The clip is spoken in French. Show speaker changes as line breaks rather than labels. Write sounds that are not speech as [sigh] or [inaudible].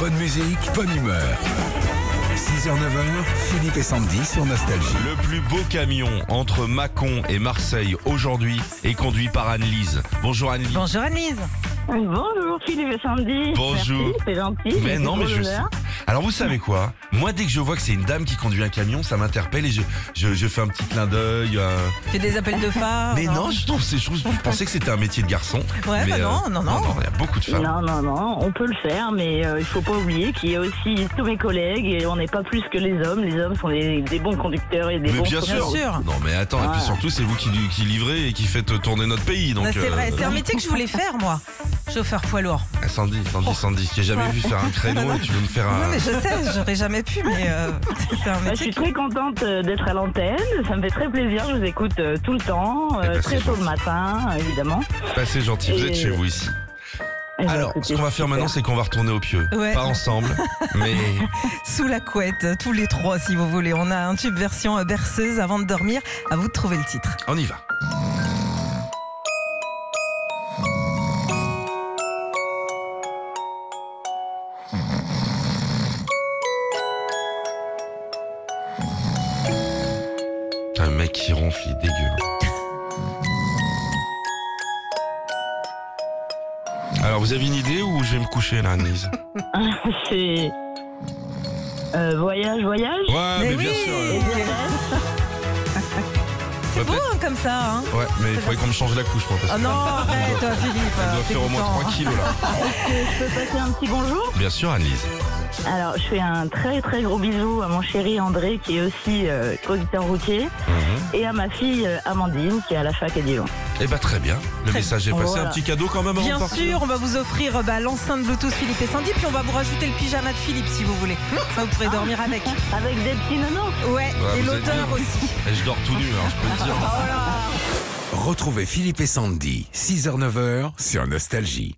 Bonne musique, bonne humeur. 6h-9h, Philippe et Sandy sur Nostalgie.
Le plus beau camion entre Mâcon et Marseille aujourd'hui est conduit par Anne-Lise. Bonjour Anne-Lise.
Bonjour Anne-Lise.
Bonjour Philippe et Sandy.
Bonjour.
Merci, C'est gentil.
Mais
c'est
non, mais
drôle hein
je sais.
d'honneur.
Alors vous savez quoi Moi, dès que je vois que c'est une dame qui conduit un camion, ça m'interpelle et je, je, je fais un petit clin d'œil. euh.
Tu des appels de phare
Mais non, je trouve ces choses. Je pensais que c'était un métier de garçon.
Ouais,
mais euh,
bah non, non, non.
Il y a beaucoup de femmes.
Non, non, non, on peut le faire, mais euh, il faut pas oublier qu'il y a aussi tous mes collègues et on n'est pas plus que les hommes. Les hommes sont des, des bons conducteurs et
mais
des bons
bien sûr.
chauffeurs.
sûr.
Non, mais attends. Et puis
Voilà.
surtout, c'est vous qui, qui livrez et qui faites tourner notre pays. Donc.
Non, Bah, c'est vrai,
euh,
c'est un métier que je voulais faire moi. Chauffeur poids lourd.
Ah, Sandy, Sandy, Sandy, qui a jamais vu faire un créneau et tu veux me faire
Non
un.
mais je sais, j'aurais jamais pu, mais euh, [laughs] c'est un
Bah, je
métier.
suis
qui-
très contente euh, d'être à l'antenne, ça me fait très plaisir, je vous écoute euh, tout le temps,
Eh
euh,
ben,
très
c'est
tôt le
gentil.
matin, évidemment.
Bah, c'est gentil. Vous êtes
Et-
chez vous ici.
Et bah,
Alors, ce
écoutez,
qu'on va faire
super.
maintenant, c'est qu'on va retourner au pieu.
Ouais.
Pas ensemble, [laughs] mais
Sous la couette, euh, tous les trois si vous voulez. On a un tube version euh, berceuse avant de dormir. À vous de trouver le titre.
on y va. Un mec qui ronfle, il est dégueu. Alors, vous avez une idée ou je vais me coucher là, Anise
[laughs] c'est... euh, voyage, voyage
Ouais, mais, bien sûr. euh,
C'est
ouais,
beau hein, comme ça. Hein
Ouais, mais il faudrait qu'on me change la couche, moi, parce
oh
que
non, arrête toi, Philippe.
elle doit
t'es
faire au moins
content.
3 kilos hein, là.
[laughs]
Je peux passer un petit bonjour
Bien sûr, Anne-Lise.
Alors, je fais un très très gros bisou à mon chéri André, qui est aussi euh, conducteur routier, et à ma fille euh, Amandine, qui est à la fac à Dijon.
Eh bah, très bien. Le
Très
message est passé.
Voilà.
Un petit cadeau quand même avant de
Bien
partir.
sûr, on va vous offrir euh, bah, l'enceinte Bluetooth Philippe et Sandy, puis on va vous rajouter le pyjama de Philippe si vous voulez. Ça, vous pourrez
Ah.
dormir avec.
Avec des petits nanos
Ouais,
vous
et
êtes
l'odeur
libre.
aussi. Oh
Et je dors tout nu, hein, je peux le dire.
Retrouvez Philippe et Sandy, 6h-9h sur Nostalgie.